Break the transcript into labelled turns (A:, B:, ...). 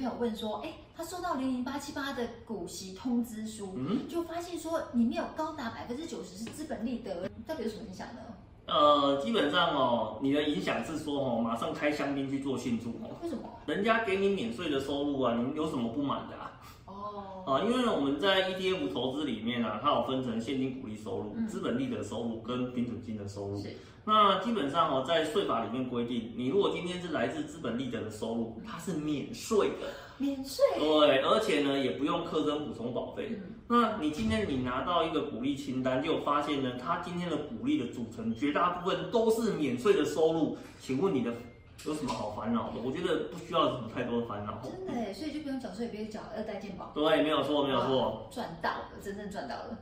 A: 友问说，哎，他收到零零八七八的股息通知书，
B: 嗯
A: 就发现说里面有高达百分之九十是资本利得，到底有什么影响呢？
B: 呃，基本上哦，你的影响是说哦，马上开香槟去做庆祝哦，
A: 为什么？
B: 人家给你免税的收入啊，你有什么不满的啊？
A: 哦，
B: 啊，因为我们在 ETF 投资里面啊，它有分成现金股利收入
A: 嗯、
B: 资本利得收入跟平准金的收入。
A: 是
B: 那基本上哦，在税法里面规定，你如果今天是来自资本利得的收入，它是免税的，
A: 免税，
B: 对，而且呢也不用课征补充保费。
A: 嗯，
B: 那你今天你拿到一个股利清单，就有发现呢，它今天的股利的组成绝大部分都是免税的收入，请问你的有什么好烦恼的？我觉得不需要什么太多的烦恼。
A: 真的哎，所以就不用缴税，也不用缴二代健保，
B: 对，没有错，没有错。
A: 赚到了，真正赚到了。